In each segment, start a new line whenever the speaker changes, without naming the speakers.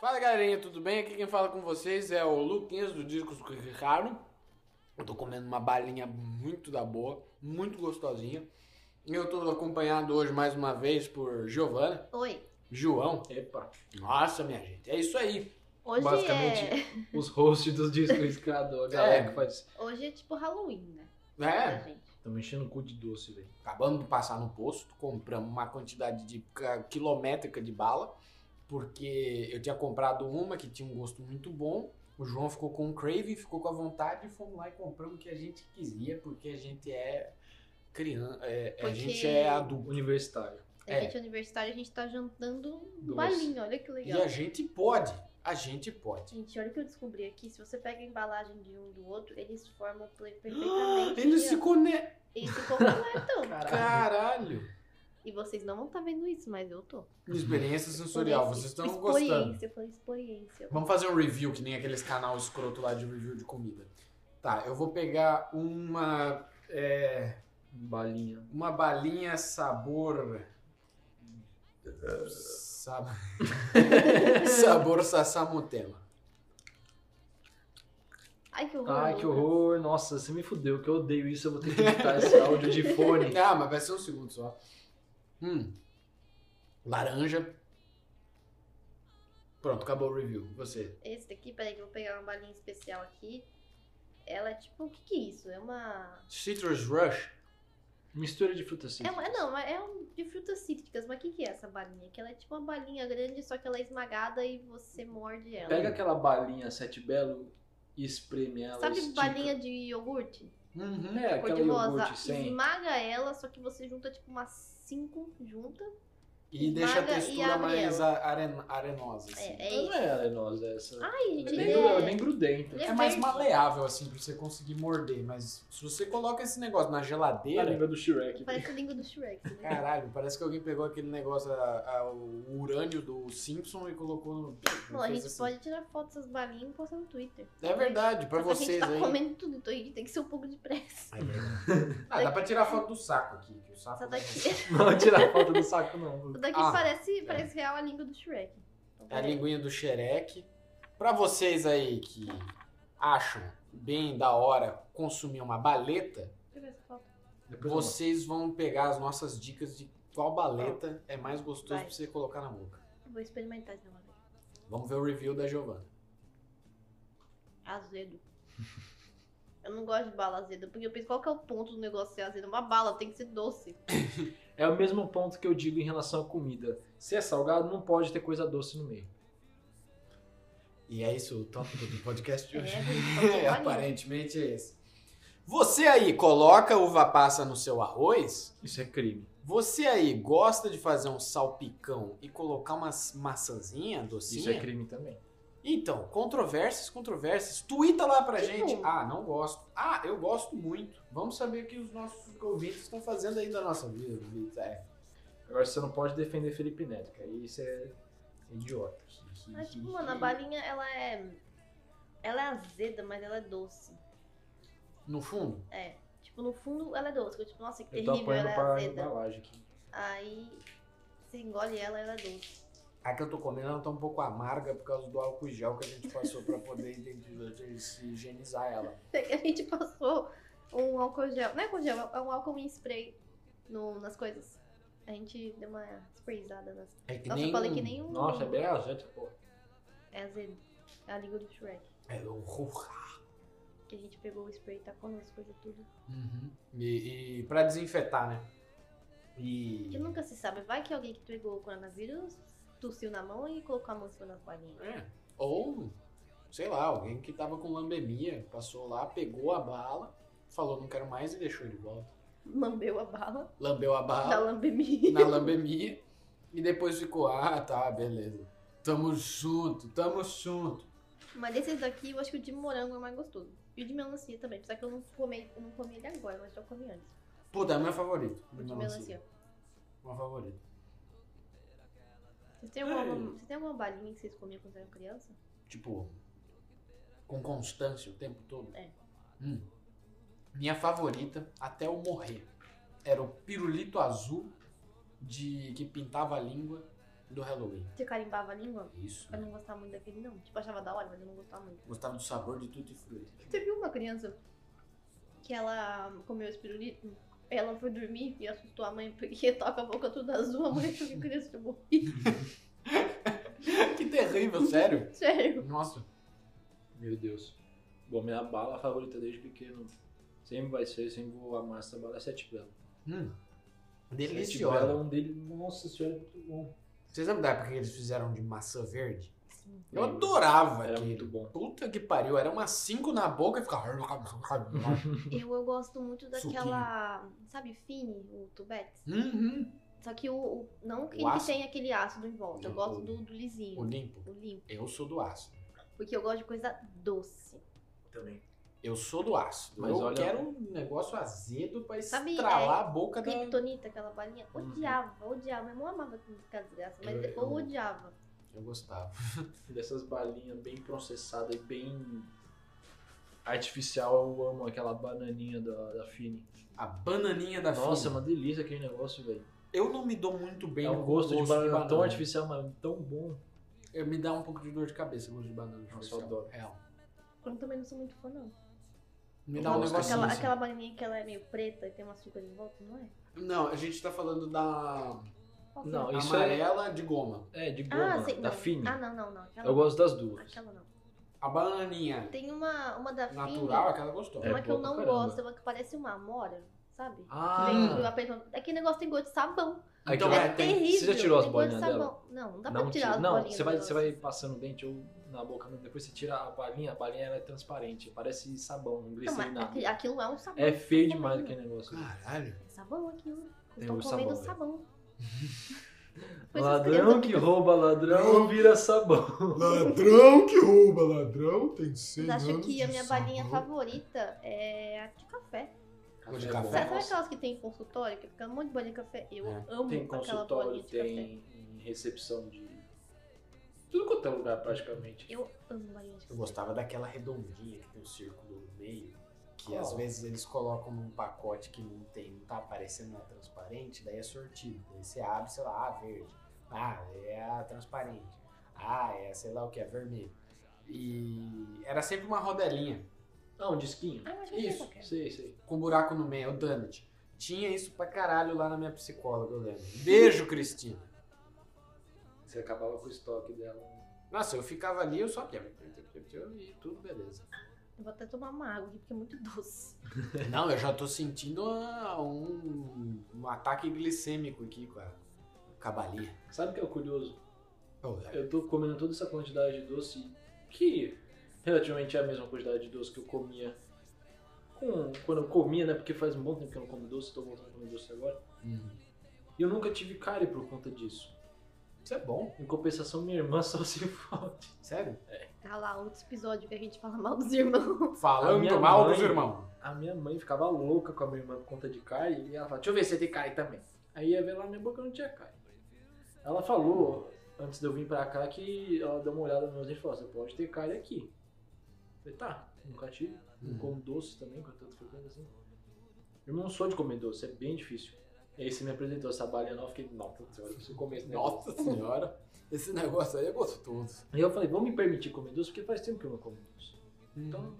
Fala galerinha, tudo bem? Aqui quem fala com vocês é o Luquinhas do Discos Raro. Eu tô comendo uma balinha muito da boa, muito gostosinha. E eu tô acompanhado hoje mais uma vez por Giovana,
Oi.
João.
Epa,
Nossa, minha gente, é isso aí.
Hoje
Basicamente- os hosts dos discos escrado, a galera
É.
que faz.
é. Hoje é tipo Halloween, né? Pra
É,
gente.
Tamo enchendo o cu de doce, velho.
acabamos de passar no posto, compramos uma quantidade de ca- quilométrica de bala, porque eu tinha comprado uma que tinha um gosto muito bom. O João ficou com o crave, ficou com a vontade e fomos lá e compramos o que a gente quisia, porque a gente é criança, é- a
Porque-
gente é adulto.
Universitário.
A
É.
gente é universitário, a gente tá jantando um
Doce.
balinho, olha que
E
legal.
a gente pode, a gente pode.
Gente, olha o que eu descobri aqui. Se você pega a embalagem de um do outro, eles formam per- perfeitamente.
Ele se
ó.
conecta.
Eles se completam.
Caralho!
e vocês não vão estar vendo isso, mas eu tô.
Experiência sensorial,
Por
vocês
esse-
estão gostando.
Experiência, pela experiência.
Vamos fazer um review, que nem aqueles canal escroto lá de review de comida. Tá, eu vou pegar uma. é,
Balinha.
uma balinha sabor. Sab... sabor sassamutema.
Ai, que horror.
Ai, que
Lucas.
horror. Nossa, você me fudeu, que eu odeio isso. Eu vou ter que editar esse áudio de fone.
Ah, mas vai ser um segundo só. Hum. Laranja. Pronto, acabou o review. Você.
Esse daqui, peraí que eu vou pegar uma balinha especial aqui. Ela é tipo, o que que é isso? É uma...
Citrus Rush.
Mistura de frutas
É,
cítricas.
uma- não, é um de frutas cítricas, mas o que, que é essa balinha? Que ela é tipo uma balinha grande, só que ela é esmagada e você morde ela.
Pega aquela balinha sete belo e espreme ela.
Sabe
estica.
balinha de iogurte?
Uhum.
É,
Cor
aquela
de rosa.
iogurte sem.
Esmaga ela, só que você junta tipo umas cinco juntas.
E deixa a
Esmaga e
textura
abre
mais
ela.
a- aren- arenosa. assim.
É, é
Mas
isso.
Não é arenosa essa.
Ai,
É
gente,
bem,
é-
gru- é bem grudenta.
ele
É mais
verde.
maleável, assim, pra você conseguir morder. Mas se você coloca esse negócio na
A
geladeira.
língua do Shrek.
Parece a língua do Shrek, né?
Caralho, parece que alguém pegou aquele negócio, a- a- o urânio do Simpson e colocou no.
Bom, a
fez
gente
assim.
pode tirar foto dessas balinhas e postar no Twitter.
É verdade, pra
Só que a gente
vocês
tá
aí.
comendo tudo, então a gente tem que ser um pouco depressa.
É verdade. Ah, dá pra tirar foto do saco aqui, que o saco.
Essa daqui,
Não tirar foto do saco, não.
essa daqui
Ah,
parece, parece real a língua do Shrek. Então,
É a
peraí.
linguinha do xereque. Pra vocês aí que acham bem da hora consumir uma baleta,
Deixa eu ver essa foto.
Depois eu mostro.
vocês vão pegar as nossas dicas de qual baleta é mais gostoso
Vai.
pra você colocar na boca.
Eu Vou experimentar esse negócio. aqui.
Vamos ver o review da Giovana.
Azedo. Eu não gosto de bala azeda, porque eu penso qual que é o ponto do negócio ser azedo? Uma bala tem que ser doce.
É o mesmo ponto que eu digo em relação à comida. Se é salgado, não pode ter coisa doce no meio.
E é isso, o tópico do podcast de
É,
hoje.
gente, aparente.
aparentemente é esse. Você aí coloca uva passa no seu arroz?
Isso é crime.
Você aí gosta de fazer um salpicão e colocar uma maçãzinha docinha?
Isso é crime também.
Então, controvérsias, controvérsias. Tuita lá pra
Que
gente.
bom.
Ah, não gosto. Ah, eu gosto muito. Vamos saber o que os nossos ouvintes estão fazendo aí da nossa vida. vida. É.
Agora você não pode defender Felipe Neto, que aí isso é idiota.
Mas, tipo, mano, a balinha, ela é... Ela é azeda, mas ela é doce.
No fundo,
Tipo, no fundo, ela é doce. Eu, tipo, nossa, que
Eu tô
terrível, ela
apanhando
é
pra
azeda.
embalagem aqui.
Aí, você engole ela, ela é doce.
a que eu tô comendo ela tá um pouco amarga por causa do álcool gel que a gente passou pra poder identificar- se higienizar ela.
É que a gente passou um álcool gel... Não é álcool gel, é um álcool em spray no, nas coisas. A gente deu uma sprayzada nas...
É que
Nossa,
nem
eu falei que
um-
nem um...
Nossa, é bem azeda, pô.
É azedo. É a língua do Shrek.
É o Ruha.
Que a gente pegou o spray e tacou nas coisas tudo.
Uhum. E, e pra desinfetar, né?
Que
E.
nunca se sabe. Vai que alguém que pegou o coronavírus tossiu na mão e colocou a mão em cima das balinhas.
É. Ou, sei lá, alguém que tava com lambemia passou lá, pegou a bala, falou não quero mais e deixou de volta.
Lambeu a bala
Lambeu a
da
bala
lambemia.
na lambemia e depois ficou, ah tá, beleza. Tamo junto, tamo junto.
Mas desses daqui, eu acho que o de morango é o mais gostoso. E o de melancia também. Apesar que eu não comi, eu não comi ele agora, mas já comi antes.
Puta, é meu favorito.
O de melancia.
Meu favorito.
Vocês têm alguma, vocês têm alguma balinha que vocês comiam quando eram criança?
Tipo, com constância o tempo todo.
É.
Hum. Minha favorita, até eu morrer, era o pirulito azul de que pintava a língua do Halloween.
Você carimbava a língua?
Isso.
Eu não gostava muito daquele, não. Tipo, achava da hora, mas eu não gostava muito.
Gostava do sabor de tudo e fruta.
Você viu uma criança que ela comeu espirulito? Ela foi dormir e assustou a mãe porque toca a boca toda azul. A mãe achou que a criança tinha morrido.
que terrível, sério.
Sério.
Nossa.
Meu Deus. Bom, minha bala favorita desde pequeno. Sempre vai ser, sempre vou amar essa bala. É sete bela.
Hum.
Sete bela é
Deliciosa.
um dele. Nossa senhora, é muito bom.
Vocês lembram da época que eles fizeram de maçã verde?
Sim.
Eu adorava
Era
aquilo.
muito bom.
Puta que pariu, era umas cinco na boca e ficava.
Eu, eu gosto muito daquela. Sabe, Fini, o Tubex?
uhum.
Só que o. o- não aquele
O
que
ácido?
tem aquele ácido em volta. Eu
Não,
gosto
o-
do, do lisinho.
O limpo.
o limpo.
Eu sou do ácido.
Porque eu gosto de coisa doce.
Também.
Eu sou do ácido.
Mas
eu
olha-
quero um negócio azedo pra
Sabe,
estralar
é,
a boca da.
Kryptonita, aquela balinha.
Uhum.
Odiava, odiava. Minha mãe amava aquela desgraça, mas
Eu-
eu,
eu-
odiava.
Eu gostava.
Dessas balinhas bem processadas e bem artificial, eu amo aquela bananinha da, da Fini.
A bananinha da
Nossa,
Fini.
é uma delícia aquele negócio, velho.
Eu não me dou muito bem
É um
com
gosto, de banana, tão artificial, mas tão bom.
Eu me dá um pouco de dor de cabeça o gosto de banana. artificial.
eu adoro. É
Real.
Eu também não sou muito fã, não.
Me
Eu
dá um
gosto
negócio
Aquela,
sim.
aquela balinha que ela é meio preta e tem um açúcar em volta, não é?
Não, a gente tá falando da
Qual que
Não,
é?
Isso
amarela de goma.
É, de goma,
Ah, sei,
da
não.
Fini.
Ah, não, não, não. Aquela,
eu gosto das duas.
Aquela não.
A bananinha
Tem uma, uma da Fini.
natural, aquela gostosa.
É
Uma que eu
boa pra
não
caramba.
gosto, uma que parece uma amora, sabe?
Ah,
Vem do aperto- Aquele negócio tem gosto de sabão.
Então
aquela-
é,
é
tem-
terrível.
você já tirou as
tem gosto de
bolinhas dela?
sabão. Não, não dá pra tirar
tira-
as
não,
bolinhas.
você vai,
do
você vai
negócio.
passando o dente ou na boca, mesmo, depois você tira a balinha, a balinha ela é transparente, parece sabão, um
Não, mas
glicerinado.
aqui- aquilo é um sabão.
É feio demais
sabão.
aquele negócio.
Caralho.
É sabão aquilo.
Tem
Estão
o
comendo sabão.
sabão, é.
Coisas
Ladrão que rouba ladrão vira sabão.
Ladrão que rouba ladrão tem
Vocês
cem
acham que a minha balinha tá favorita é a de café?
de
É
café?
Sabe,
bom.
sabe
Nossa.
aquelas que tem em consultório? Que fica um monte de bolinha de café. Eu
É.
amo
Tem
aquela bolinha
consultório,
de café.
tem em recepção de. Tudo quanto é lugar, praticamente.
Eu amo bolinha de
Eu
café.
gostava daquela redondinha que tem um círculo no meio, que
Qual?
às vezes eles colocam num pacote que não tem, não tá aparecendo, não é transparente, daí é sortido. Daí você abre, sei lá, ah, verde. Ah, é a transparente. Ah, é sei lá o que, é vermelho. E era sempre uma rodelinha,
Ah, um disquinho?
Ah, eu acho que eu sei
Isso,
qual que é.
sei, sei.
com buraco no meio, é o donut. Tinha isso pra caralho lá na minha psicóloga, eu lembro. Beijo, Cristina.
Você acabava com o estoque dela.
Nossa, eu ficava ali, eu só... E tudo beleza.
Eu vou até tomar uma água aqui porque é muito doce.
Não, eu já tô sentindo ah, um, um ataque glicêmico aqui com a cabalia.
Sabe o que é o curioso?
Oh,
Eu tô comendo toda essa quantidade de doce, que relativamente é a mesma quantidade de doce que eu comia com- quando eu comia, né? Porque faz um bom tempo que eu não como doce, tô voltando a comer doce agora.
hum,
E eu nunca tive cárie por conta disso.
Isso é bom,
Em compensação, minha irmã só se fode.
sério.
Ah lá, outro episódio que a gente fala mal dos irmãos.
Falando
A minha
mal
mãe-
dos irmãos.
A minha mãe ficava louca com a minha irmã por conta de cárie e ela fala, deixa eu ver se você tem cárie também. Aí ia ver lá na minha boca eu não tinha cárie. Ela falou, antes de eu vir pra cá, que ela deu uma olhada nos meus dentes e falou, você pode ter cárie aqui. Eu falei, tá, nunca tive.
Hum. Uhum.
Não como doce também, com tanta frequência assim. Eu não sou de comer doce, é bem difícil. E aí você me apresentou essa balinha nova, eu fiquei, não, putz, eu preciso comer esse negócio.
Nossa senhora, esse negócio aí é gostoso.
E eu falei, vamos me permitir comer doce, porque faz tempo que eu não como doce.
Então,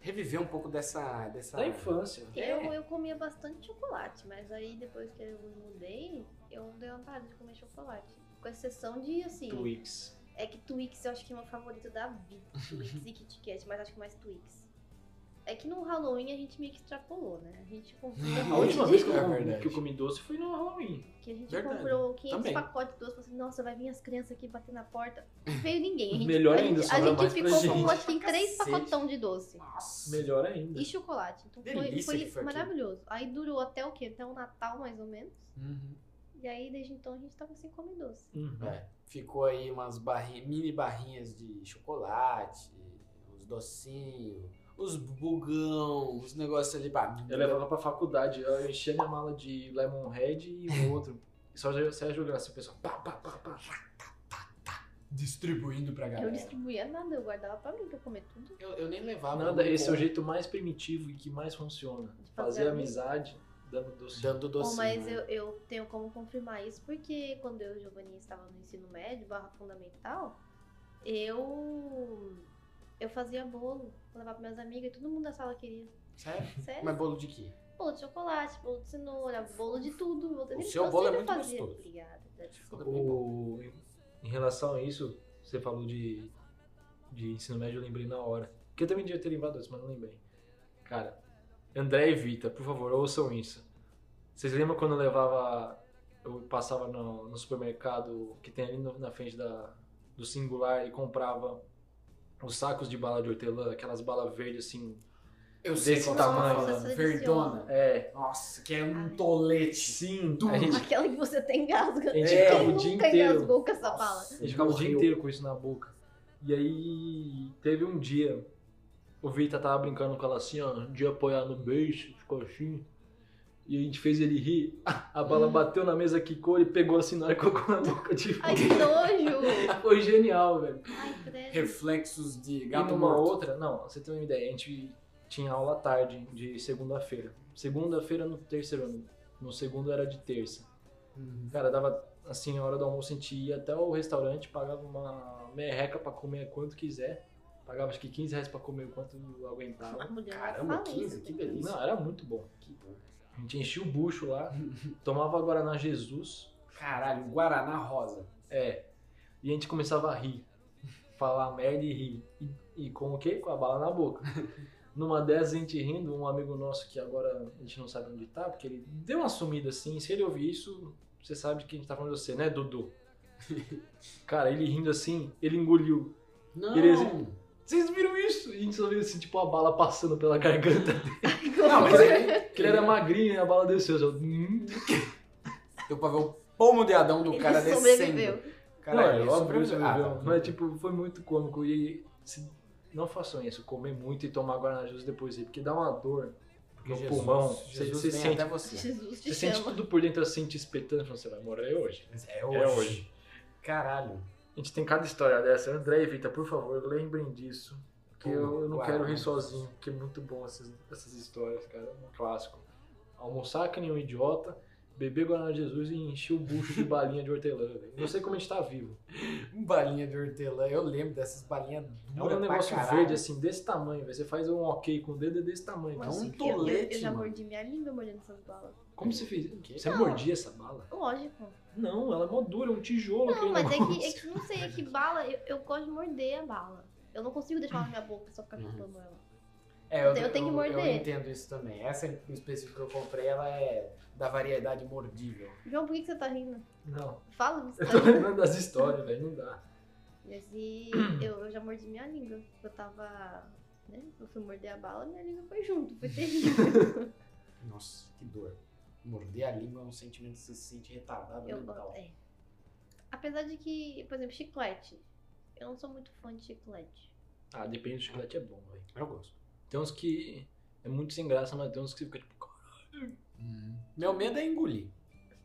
reviver um pouco dessa... dessa...
Da infância.
Eu, eu comia bastante chocolate, mas aí depois que eu me mudei, eu dei uma parada de comer chocolate. Com exceção de, assim,
Twix.
é que Twix eu acho que é meu favorito da vida. Twix e Kit Kat, mas acho que mais Twix. É que no Halloween a gente meio que extrapolou, né? A gente comprou,
A última vez que eu,
É
comi-
verdade.
que eu comi doce foi no Halloween.
que a gente
Verdade.
comprou 500
Também.
pacotes de doce, falou assim, nossa, vai vir as crianças aqui bater na porta. Não veio ninguém. A gente,
Melhor
a
ainda,
gente, a
sobra
gente
mais pra
ficou com
gente.
acho que em três
Cacete.
pacotão de doce.
Nossa.
Melhor ainda.
E chocolate. Então foi,
Delícia
foi
que foi aquilo.
maravilhoso. Aí durou até o quê? Até o Natal, mais ou menos.
Uhum.
E aí, desde então, a gente tava sem comer doce.
Uhum.
É, ficou aí umas barrinha, mini barrinhas de chocolate, uns docinhos, os bugão, os negócios ali pra mim.
Eu levava pra faculdade, eu enchia minha mala de Lemonhead e um outro. E só já- saia jogando assim, o pessoal pá, pá, pá, pá.
Distribuindo pra
Eu não
galera.
distribuía nada, eu guardava pra mim pra eu comer tudo.
Eu, eu nem levava.
Nada,
eu não
esse é o
como.
jeito mais primitivo e que mais funciona.
De fazer
Fazer
amizade.
amizade dando doce.
dando
Bom,
docinho.
mas
né?
eu, eu tenho como confirmar isso porque quando eu e o Giovanni estava no ensino médio, barra fundamental, eu eu fazia bolo, levava para minhas amigas e todo mundo da sala queria.
Sério?
Sério?
Mas bolo de quê?
Bolo de chocolate, bolo de cenoura, bolo de tudo. Você
O
nem-
seu
você
bolo é
não
muito
fazia.
gostoso.
Obrigada.
Fica bem bom.
O- em- em relação a isso, você falou de, de ensino médio, eu lembrei na hora. Que eu também devia ter lembrado antes, mas não lembrei. Cara, André e Vita, por favor, ouçam isso. Vocês lembram quando eu levava. Eu passava no, no supermercado que tem ali no- na frente da, do singular e comprava os sacos de bala de hortelã, aquelas balas verdes assim.
Eu sei
Desse
qual que você tá
tamanho,
falando.
né?
Verdona.
É.
Nossa, que é um
Ai.
tolete.
Sim, a gente,
Aquela que você tem engasga.
a gente
É,
ficava
Quem
o dia
nunca
inteiro.
engasgou com essa bala?
Nossa,
Ele ficava o dia
morreu.
inteiro com isso na boca. E aí teve um dia, o Vita tava brincando com ela assim, ó, de apoiar no beijo, ficou assim. E a gente fez ele rir, a bala bateu na mesa, quicou, ele pegou assim na hora e colocou na boca de
Ai, que nojo!
Foi genial, velho.
Ai, credo.
Reflexos de
e
gato
numa
morto.
outra, não, você tem uma ideia, a gente tinha aula à tarde, de segunda-feira. Segunda-feira no terceiro ano, no segundo era de terça.
Hum.
Cara, dava assim, a hora do almoço a gente ia até o restaurante, pagava uma merreca pra comer quanto quiser. Pagava acho que 15 reais pra comer o quanto aguentava.
A mulher
Caramba,
fala
15,
Ah, isso,
que
né?
delícia.
Não, era muito bom.
Que bom.
A gente enchia o bucho lá, tomava Guaraná Jesus,
Caralho, um Guaraná rosa.
é. E a gente começava a rir. Falar merda e rir. E, e com o quê? Com a bala na boca. Numa dessas, a gente rindo, um amigo nosso que agora a gente não sabe onde tá, porque ele deu uma sumida assim. Se ele ouvir isso, você sabe que a gente tá falando de você, né, Dudu? Cara, ele rindo assim, ele engoliu
Não.
Beleza. Vocês viram isso? E a gente só viu assim, tipo, a bala passando pela garganta.
Ai, que
Não, mas é
horror.
aí,
Porque é ele era magrinho e a bala desceu. Só... hum.
Deu pra ver o pomo de Adão do
Ele
cara descendo.
sobreviveu.
Não,
Caralho,
é
ele
óbvio que
sobreviveu. Ah,
sobreviveu.
tá.
Mas, tipo, foi muito cômico. E se- não façam isso, comer muito e tomar Guaraná Juice depois aí, porque dá uma dor
Porque
no
Jesus-
pulmão. Você,
Jesus
você
vem
sente,
até você.
Jesus te
você sente
chama.
tudo por dentro assim, te espetando. Falando, você vai morrer hoje.
É
hoje.
Caralho.
A gente tem cada história dessa. André e Vita, por favor, lembrem disso. Porque eu, eu não
Uau.
quero rir sozinho, porque é muito bom essas, essas histórias, cara. É um clássico. Almoçar que nem um idiota, beber Guaraná Jesus e encher o bucho de balinha de hortelã. velho. Não sei como a gente tá vivo.
Um Balinha de hortelã, eu lembro dessas balinhas
É
duras
um negócio
pra caralho.
verde, assim, desse tamanho, velho. Você faz um ok com o dedo é desse tamanho.
Mas-
Não,
um
que eu- eu- Eu,
tolete,
já
mano.
mordi minha língua mordendo essas balas.
como você fez?
Que?
Você
Não.
mordia essa bala?
Um
Lógico.
Não, ela é mó dura, é um tijolo
Não,
aquele
mas é que,
negócio.
é que não sei, é que bala, eu, eu gosto de morder a bala. Eu não consigo deixar ela na minha boca só ficar
Uhum.
chupando ela.
É, eu,
Eu tenho que
eu- Eu
morder.
entendo isso também. Essa em específico que eu comprei, ela é da variedade mordível.
João, por que, que você tá rindo?
Não,
Fala isso.
eu tô lembrando das histórias, velho. Não dá.
Mas e assim, eu, eu já mordi minha língua. Eu tava. Né? Eu fui morder a bala, minha língua foi junto. Foi terrível.
Nossa, que dor. Morder a língua é um sentimento que você se sente retardado
Eu
mental.
gosto, é. Apesar de que, por exemplo, chiclete. Eu não sou muito fã de chiclete.
Ah, depende do chiclete, é bom, velho.
Eu gosto.
Tem uns que é muito sem graça, mas tem uns que você fica tipo, "Caralho".
Meu medo é engolir.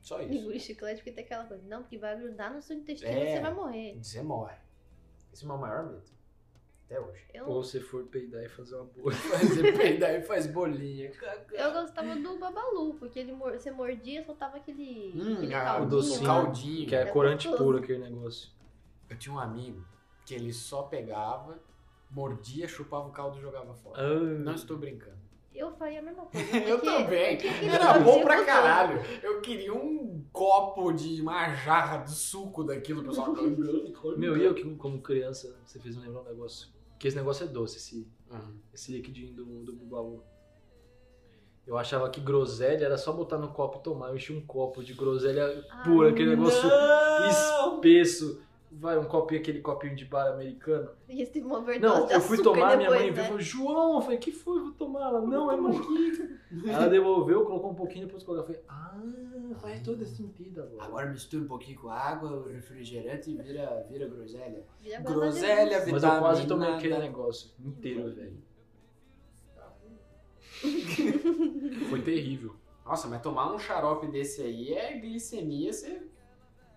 Só isso.
Engolir chiclete porque tem aquela coisa. Não, porque vai grudar no seu intestino e
É.
você vai morrer.
Você morre. Esse é o meu maior medo. Até hoje.
Eu,
ou você for peidar e fazer uma boa.
Fazer peidar e faz bolinha.
eu gostava do babalu, porque ele, mor- você mordia e soltava aquele, aquele
ah,
caldinho. né?
o
docinho.
lá.
Caldinho.
Que é
É
corante
gostoso.
puro aquele negócio.
Eu tinha um amigo que ele só pegava, mordia, chupava o caldo e jogava fora.
Ah,
Não estou brincando.
Eu faria a mesma coisa.
Eu
porque-
também.
porque aquele
Era bom
caldinho
pra
gostoso.
caralho. Eu queria um copo de uma jarra de suco daquilo, pessoal.
Meu, e eu que como criança, você fez me lembrar um negócio. Que esse negócio é doce, esse,
Uhum.
esse liquidinho do, do baú. Eu achava que groselha era só botar no copo e tomar. Eu enchi um copo de groselha
Ah,
pura, aquele negócio
Não!
espesso. Vai, um copinho, aquele copinho de bar americano.
E esse teve uma overdose
Não,
de
eu fui
açúcar
tomar, minha
depois,
mãe viu e
né?
falou, João, eu falei, que foi? Vou tomar. Ela, não, é manguito. Ela devolveu, colocou um pouquinho, depois colocou. Eu falei, ah, faz todo sentido agora.
Agora mistura um pouquinho com água, o refrigerante e vira, vira groselha.
Vira gostoso.
Groselha,
Mas eu quase
vitamina,
tomei né? aquele
da-
negócio inteiro, velho. Foi terrível.
Nossa, mas tomar um xarope desse aí é glicemia, você.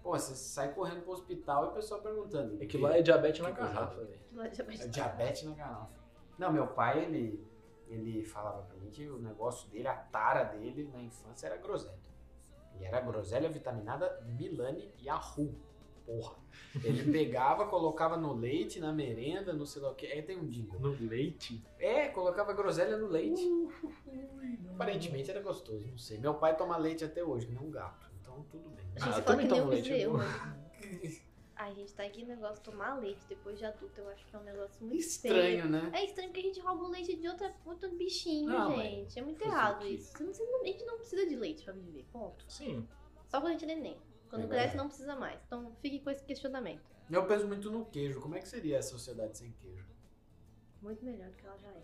Pô, você sai correndo pro hospital e o pessoal perguntando.
É que lá é diabetes na
Que coisa.
garrafa, velho.
Aquilo lá já vai-
É diabetes na garrafa. Não, meu pai, ele. ele falava pra mim que o negócio dele, a tara dele na infância era groselha. E era groselha vitaminada Milani Yahoo. Porra. Ele pegava, colocava no leite, na merenda, não sei lá o que. Aí tem um jingle.
No leite?
É, colocava groselha no leite.
Uhum.
Ui, não.
Aparentemente era gostoso, não sei. Meu pai toma leite até hoje, não um gato. Então tudo bem.
A gente
Ah, eu
fala
também
que nem
tomo
o
leite. eu
bezerro.
não-
Ai, gente, tá aqui o negócio de tomar leite depois de adulto. Eu acho que é um negócio muito feio.
Estranho, né?
É estranho porque a gente rouba o leite de outra, outro bichinho,
Ah, mas
gente. é muito
fazer o
errado
quê?
isso. Você não- você não- a gente não precisa de leite pra viver, ponto.
Sim.
Só quando a gente é neném. Quando
É
cresce,
verdade.
não precisa mais. Então fique com esse questionamento.
Eu penso muito no queijo. Como é que seria a sociedade sem queijo?
Muito melhor do que ela já é.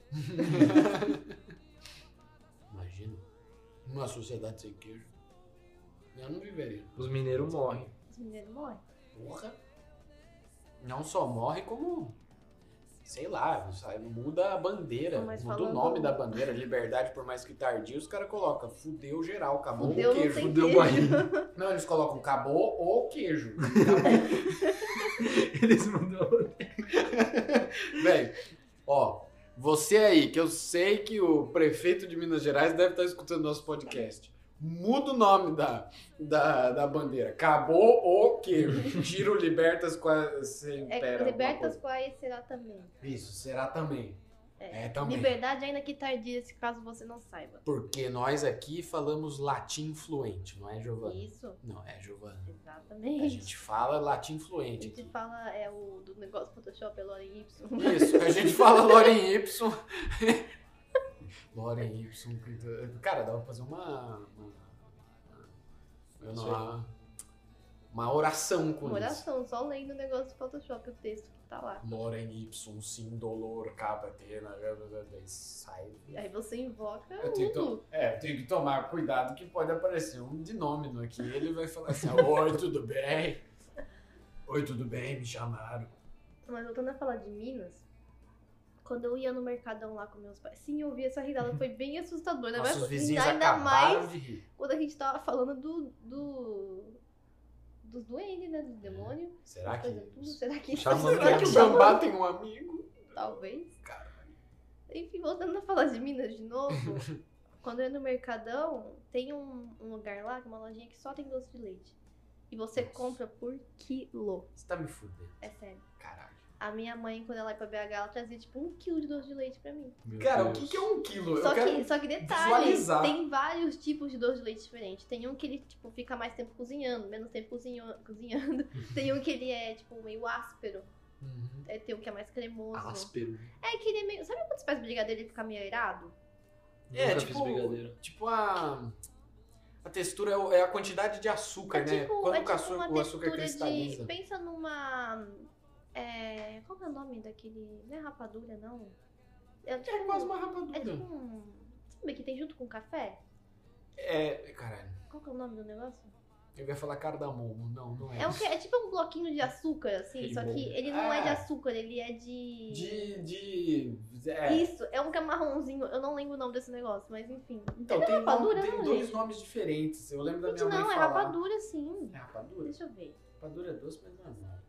Imagina. Uma sociedade sem queijo. Eu não viveria.
Os mineiros morrem.
Os mineiros morrem.
Porra. Não só morre, como. Sei lá, sabe? muda a bandeira,
Não, mas
muda o
falando-
nome da bandeira, liberdade, por mais que tardio, os caras colocam fudeu geral, acabou
Fudeu,
o
não
queijo.
tem
fudeu o
queijo.
Não, eles colocam acabou ou queijo. Acabou.
Eles mandam.
Velho, ó, você aí, que eu sei que o prefeito de Minas Gerais deve estar escutando nosso podcast. Muda o nome da, da, da bandeira. Acabou o queijo. Tiro libertas com a. Sem,
É,
pera, alguma
libertas
coisa.
quais será também.
Isso, será também. É,
É,
também.
Liberdade ainda que tardia, se caso você não saiba.
Porque nós aqui falamos latim fluente, não é, Giovana?
Isso,
Não, é, Giovana.
exatamente.
A gente fala latim
A
fluente
gente
aqui.
fala é o do negócio Photoshop é Lore Y.
Isso, a gente fala Loren Y. Loren Y. que- Cara, dá pra fazer uma. uma eu não-
Sei.
uma, uma oração com
Uma oração, só lendo o negócio do Photoshop, o texto que tá lá.
isso. Loren Y, sim, dolor, cabatena, sai.
Aí você invoca
Eu
o
tenho, que to-
mundo.
é, eu tenho que tomar cuidado que pode aparecer um dinômino aqui. Ele vai falar assim: Oi, tudo bem? Oi, tudo bem? Me chamaram.
Mas voltando a falar de Minas, quando eu ia no mercadão lá com meus pais, sim, eu vi essa risada, foi bem assustadora. né?
Nossos vizinhos
ainda
acabaram
mais
de rir.
quando a gente tava falando do. do dos duendes, né? Dos demônios.
Será que.
Coisa tudo. Será que é
Xamã.
será
Será
que
que
o
o
Xamã-
Gambá tem um amigo?
Talvez.
Cara.
Enfim, voltando a falar de Minas de novo. quando eu ia no Mercadão, tem um, um lugar lá, que é uma lojinha que só tem doce de leite. E você
Nossa.
compra por quilo.
Você tá me fudendo.
É sério.
Caralho.
A minha mãe, quando ela ia pra BH, ela trazia tipo um quilo de doce de leite pra mim.
Cara, o que, que é um quilo?
Só
eu quero...
que, só que detalhe,
visualizar.
tem vários tipos de doce de leite diferentes. Tem um que ele, tipo, fica mais tempo cozinhando, menos tempo cozinho- cozinhando. tem um que ele é, tipo, meio áspero.
Uhum.
É, Tem um que é mais cremoso.
Áspero.
É que ele é meio... Sabe quando você faz brigadeiro e ele fica meio airado?
É,
Nunca
tipo-
fiz brigadeiro.
Tipo a. A textura é, o- é a quantidade de açúcar,
é
né?
tipo,
Quando
é
o,
tipo
açu-
uma
o açúcar
textura
cristaliza.
de... Pensa numa... é, Qual que é o nome daquele... Não é rapadura, não. É tipo,
É quase uma
é tipo
rapadura.
um... Sabe que tem junto com café?
É, Caralho.
Qual que é o nome do negócio?
Eu ia falar cardamomo. Não, não é.
É, um que- é tipo um bloquinho de açúcar, assim,
Aquele
só que
bolo.
ele não é. de
Ah.
açúcar, ele é de...
De. de. É.
Isso, é um camarrãozinho, eu não lembro o nome desse negócio, mas enfim.
Então,
Não é
tem, nome-
rapadura,
tem
não,
dois
gente.
nomes diferentes. Eu lembro da
Gente,
minha mãe
não, é
falar.
rapadura, sim.
É rapadura?
Deixa eu ver.
Rapadura é doce, mas não é nada.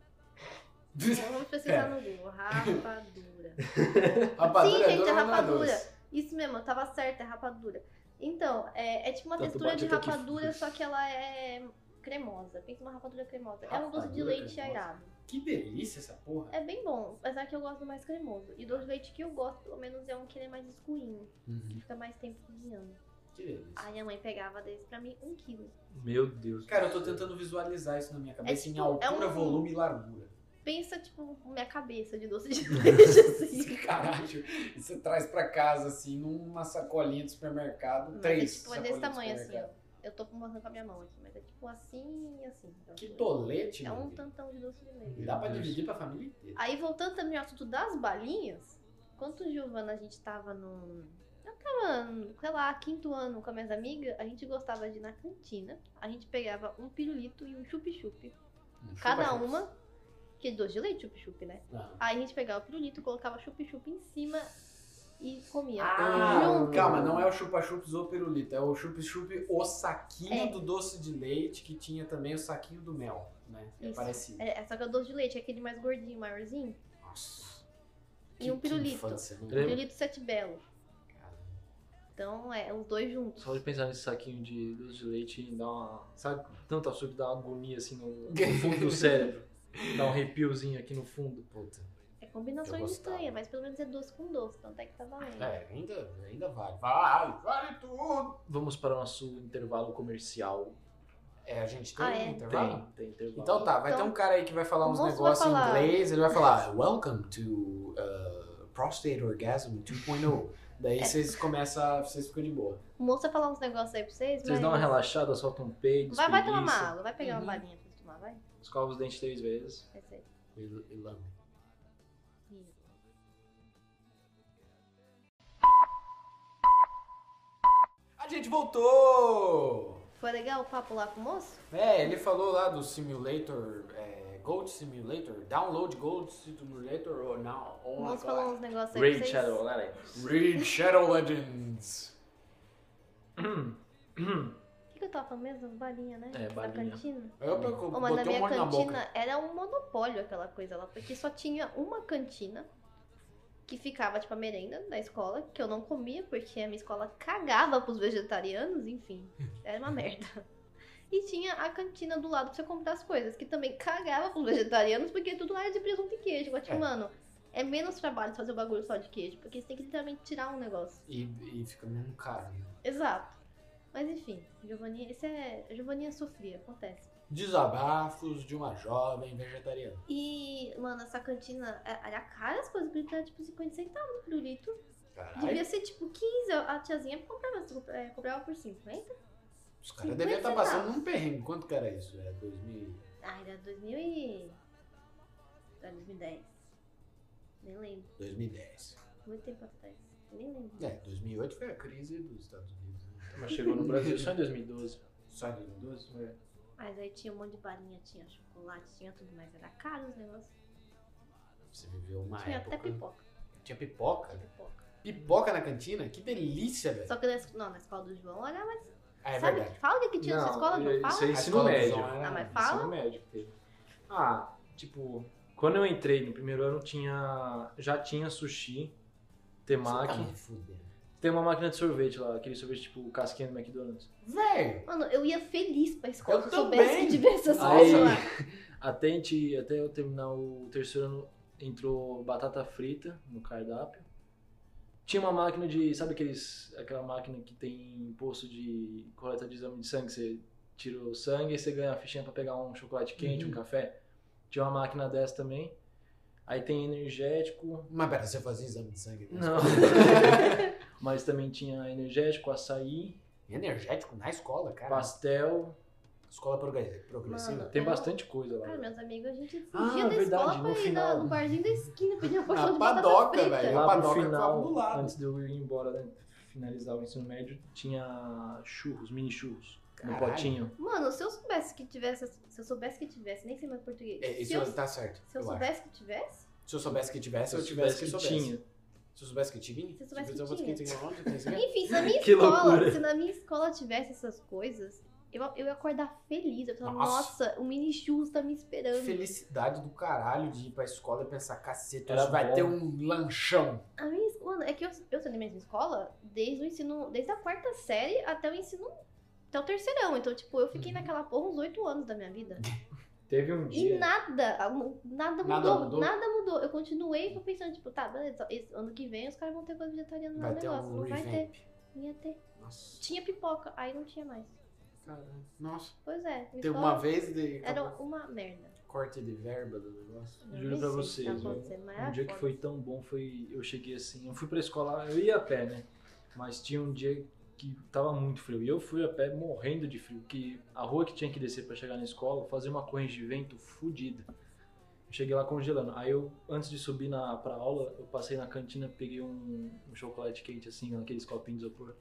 Eu vou
É.
pesquisar no Google. Rapadura.
rapadura
Sim,
é
gente,
doce,
é
mas não é
rapadura.
doce.
Isso mesmo, eu tava certa, é rapadura. Então, é, é tipo uma
Tanto
textura
bate
de
até que
rapadura,
fica.
só que ela é cremosa. Pensa uma rapadura cremosa. é um doce de
Rapadura
leite
cremosa.
airado.
Que delícia essa porra.
É bem bom, apesar que eu gosto do mais cremoso. E o doce de leite que eu gosto, pelo menos, é um que ele é mais escurinho.
Uhum.
Fica mais tempo cozinhando.
Que delícia.
Aí minha mãe pegava desse pra mim um quilo.
Meu Deus.
Cara, eu tô tentando visualizar isso na minha cabeça em
tipo,
altura,
é um-
volume e largura.
Pensa, tipo, minha cabeça de doce de leite, assim.
Caralho, e você traz pra casa, assim, numa sacolinha do supermercado.
Mas é,
três.
tipo, é
sacolinhas do
desse tamanho, assim, ó.
supermercado.
Eu tô mostrando com a minha mão aqui, mas é tipo assim e assim. Então,
Que tolete,
É
mano.
um Ah, tantão de doce de leite.
Meu
Dá pra
Deus.
dividir pra família inteira.
Aí, voltando também ao assunto das balinhas, enquanto Giovana a gente tava num. Eu tava, sei lá, quinto ano com as minhas amigas, a gente gostava de ir na cantina, a gente pegava um pirulito e um chup-chup,
Um
cada
chupa-chups.
uma, que é doce de leite chup-chup, né?
Não.
Aí a gente pegava o pirulito, colocava chup-chup em cima e comia.
Ah,
junto.
calma, não é o chupa-chups ou pirulito, é o chup-chup, o saquinho
É.
do doce de leite, que tinha também o saquinho do mel, né? É
Isso.
parecido.
É, é só que é o doce de leite, é aquele mais gordinho, maiorzinho.
Nossa.
E um pirulito.
infância, né? não
Lembra?
Pirulito Sete Belo.
é? Cara,
Então, é, os dois juntos.
Só de pensar nesse saquinho de doce de leite dá uma. Sabe, tanto açúcar dá uma agonia assim no, no fundo do cérebro. Dá um arrepiozinho aqui no fundo.
Puta.
É
Eu
combinações
gostava.
estranhas, mas pelo menos é doce com doce, então até que tá valendo.
É, ainda, ainda vale. Vale, vale tudo.
Vamos para o nosso intervalo comercial.
É, a gente tem
Ah, é?
um intervalo?
Tem, tem intervalo.
Então tá, vai
Então,
ter um cara aí que vai falar
o
uns
moço
negócios
vai
em
falar-
inglês, ele vai falar Welcome to uh, Prostate Orgasm 2.0. Daí
É.
vocês começam, vocês ficam de boa.
O moço vai falar uns negócios aí pra vocês,
Vocês
mas...
dão uma relaxada, soltam um peido,
Vai, vai tomar
espreguiça,
uma água, vai pegar
Uhum.
uma balinha pra você tomar, vai.
escova os dentes três vezes.
Vai ser.
E- e lambe.
Isso.
A gente voltou!
Foi legal o papo lá com o moço?
É, ele falou lá do simulator, é, Gold Simulator, download Gold Simulator ou não. Oh
O
my
moço falou
god.
uns negócios aí pra
Raid
vocês.
Shadow Legends.
Read Shadow Legends.
O que, que eu tava falando mesmo? Balinha, né?
É, balinha.
Da cantina.
Eu pego,
Ô, mas na
botei um
minha
monte na boca.
cantina era um monopólio aquela coisa lá, porque só tinha uma cantina que ficava, tipo, a merenda da escola, que eu não comia, porque a minha escola cagava pros vegetarianos, enfim, era uma merda. E tinha a cantina do lado pra você comprar as coisas, que também cagava pros vegetarianos, porque tudo lá era de presunto e queijo. Eu acho,
É.
mano, é menos trabalho fazer o bagulho só de queijo, porque você tem que literalmente tirar um negócio.
E, e fica mesmo caro. né?
Exato. Mas enfim, Giovanni, esse é. Giovanni sofria, acontece.
Desabafos de uma jovem vegetariana.
E, mano, essa cantina é- era cara as coisas, porque era tipo 50 centavos por litro.
Caralho,
Devia ser tipo 15, a tiazinha comprava, é, comprava por 50.
os caras deviam estar
50
passando
centavos.
num perrengue. Quanto que era isso? É 2000.
Ah, era 2000 e... Era 2010. Nem lembro,
2010.
muito tempo atrás. Nem lembro.
É, 2008 foi a crise dos Estados Unidos. né?
Mas chegou no Brasil só em 2012.
Só em 2012?
é.
Mas aí tinha um monte de balinha, tinha chocolate, tinha tudo mais. Era caro os negócios.
Você viveu uma
tinha
época...
até pipoca.
Tinha pipoca?
pipoca.
Pipoca na cantina? Que delícia, velho.
Só que na, es- não, na escola do João era mais...
Ah, é
sabe,
verdade.
fala o que que tinha na sua escola, João?
isso é
Fala.
A
ensino
escola do
médio.
João era-
Ah, mas
Ensino
fala.
médio que teve. Ah, tipo, quando eu entrei no primeiro ano tinha. Já tinha sushi,
Você tá
temaki.
me fudendo.
Tem uma máquina de sorvete lá, aquele sorvete tipo casquinha do McDonald's.
Velho,
Mano, eu ia feliz pra escola
Eu
se eu soubesse
também.
que tivesse essas
Aí-
coisas lá.
Até, a gente- até eu terminar o terceiro ano, entrou batata frita no cardápio. Tinha uma máquina de. Sabe aqueles, aquela máquina que tem posto de coleta de exame de sangue? Você tira o sangue e você ganha a fichinha pra pegar um chocolate quente,
Uhum.
um café. Tinha uma máquina dessa também. Aí tem energético.
mas pera, você fazia exame de sangue? né?
Não. Mas também tinha energético, açaí,
Energético na escola, cara.
pastel.
Escola progre- progressiva.
Mano,
Tem
Eu não-
bastante coisa lá.
Cara, meus amigos, a gente fugia da
Ah, verdade,
escola
no
pra ir
final.
na- no barzinho da esquina pedir uma porção
Na
de batata
padoca,
frita.
velho.
lá
a
pro
É, padoca ficava do
final,
lado.
antes de eu ir embora, né, finalizar o ensino médio, tinha churros, mini churros
Caralho.
no potinho.
Mano, se eu soubesse que tivesse, se eu soubesse que tivesse, nem sei mais português.
É, isso
se eu,
tá certo.
se eu
eu acho.
soubesse que tivesse,
Se eu soubesse que tivesse,
eu
eu tivesse que soubesse.
tinha.
Se eu soubesse que tinha? Tipo,
Se eu soubesse que
eu soubesse
tinha.
onde eu pensei.
enfim, se na minha
Que
escola,
loucura.
se na minha escola tivesse essas coisas, eu, eu ia acordar feliz. Eu ia falar,
Nossa.
nossa, o mini churros tá me esperando.
Felicidade do caralho de ir pra escola e pensar, cacete,
Era
hoje vai
bom.
ter um lanchão.
A minha, es- mano, é que eu, eu sou da mesma escola desde o ensino, desde a quarta série até o ensino, até o terceirão. Então, tipo, eu fiquei
Uhum.
naquela porra uns oito anos da minha vida.
Teve um
E
dia.
nada, algo- nada mudou,
Nada
nada
mudou?
mudou. Eu continuei tô pensando, tipo, tá, beleza, esse ano que vem os caras vão ter coisa vegetariana no
Vai ter
negócio.
um
não vai ter.
revamp.
Não ia ter.
Nossa,
Tinha pipoca, aí não tinha mais. Tipo,
caralho. Nossa.
Pois é, minha
Tem
escola
uma vez de
era um-
acabou
uma merda.
corte de verba do negócio.
Eu
Juro
nem sei
pra
o que
vocês,
tá
viu?
acontecendo, mas
Um
é
dia que
foda.
foi tão bom foi. Eu cheguei assim. Eu fui pra escola, eu ia a pé, né? Mas tinha um dia que tava muito frio. E eu fui a pé morrendo de frio. Que a rua que tinha que descer pra chegar na escola fazia uma corrente de vento fodida. Eu Cheguei lá congelando. Aí eu, antes de subir na, pra aula, eu passei na cantina, peguei um, um chocolate quente assim, naqueles copinhos de isopor.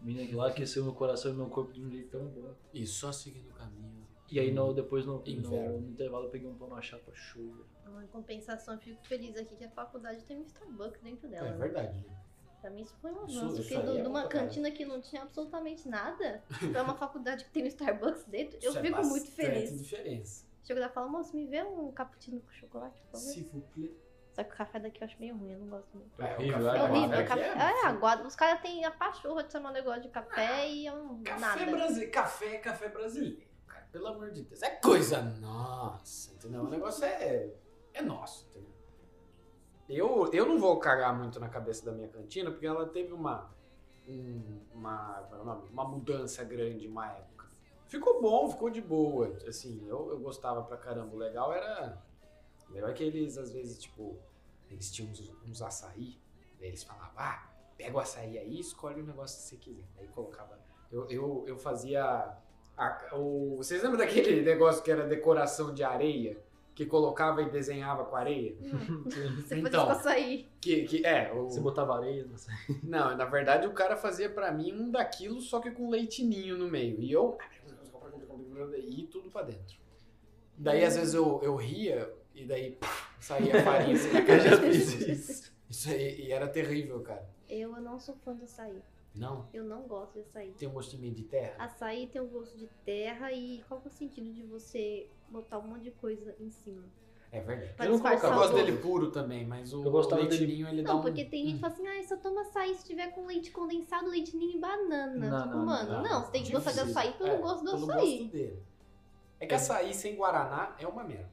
Menina, que lá aqueceu meu coração e meu corpo de um jeito tão bom.
E só seguindo o caminho.
E aí no, depois no, no,
Inverno.
no intervalo eu peguei um pão na chapa chuva.
Então, Em compensação, eu fico feliz aqui que a faculdade tem um Starbucks dentro dela.
É
né?
verdade, né?
Pra mim isso foi um
Isso-
avanço,
isso
porque
aí
do-
é
de uma
bom pra
cantina que não tinha absolutamente nada, pra uma faculdade que tem um Starbucks dentro, eu
Isso é
fico muito
bastante
feliz.
diferença.
Chego lá e falo, moço, me vê um cappuccino com chocolate, por favor.
Se for
Só que o café daqui eu acho meio ruim, eu não gosto muito.
É, o
Horrível,
café
É
é,
horrível.
Guarda
o
aqui
café...
é
É, agora, os caras têm a pachorra de chamar negócio de café e eu não.
Café
nada.
brasileiro. Café é café brasileiro, cara. Pelo amor de Deus. É coisa nossa, entendeu? O negócio é, é nosso, entendeu? Eu, eu não vou cagar muito na cabeça da minha cantina, porque ela teve uma. um- uma, qual é o nome? uma mudança grande uma época. Ficou bom, ficou de boa. Assim, eu, eu gostava pra caramba. O legal era. O legal é que eles, às vezes, tipo, eles tinham uns, uns açaí, daí eles falavam, ah, pega o açaí aí e escolhe o negócio que você quiser. Aí colocava eu, eu, eu fazia. a- o, vocês lembram daquele negócio que era decoração de areia? Que colocava e desenhava com areia?
Hum, Você fazia
Então.
isso com açaí.
Que, que é. o-
Você botava areia, não sei.
não, na verdade o cara fazia pra mim um daquilo, só que com leitinho no meio. E eu. E tudo pra dentro. Daí às vezes eu, eu ria e daí pá, saía
É
farinha assim, na cara das pessoas.
isso.
Isso aí e era terrível, cara.
Eu não sou fã de açaí.
Não,
Eu não gosto de açaí.
tem um gostinho meio de terra.
Açaí tem um gosto de terra e qual que é o sentido de você botar um monte de coisa em cima?
É verdade.
Pra
Eu não
Eu
disfarçar o
colocava-
gosto
gosto.
dele puro também, mas o
Eu gostava dele-
leitinho ele dá
Não,
um...
porque tem gente que fala assim, ah, só toma açaí se tiver com leite condensado, leite ninho e banana.
Não,
tipo,
não,
mano,
não,
não,
não.
você tem que
Difícil.
gostar de açaí pelo
É,
gosto do
pelo
açaí.
gosto dele. É que açaí sem Guaraná é uma merda.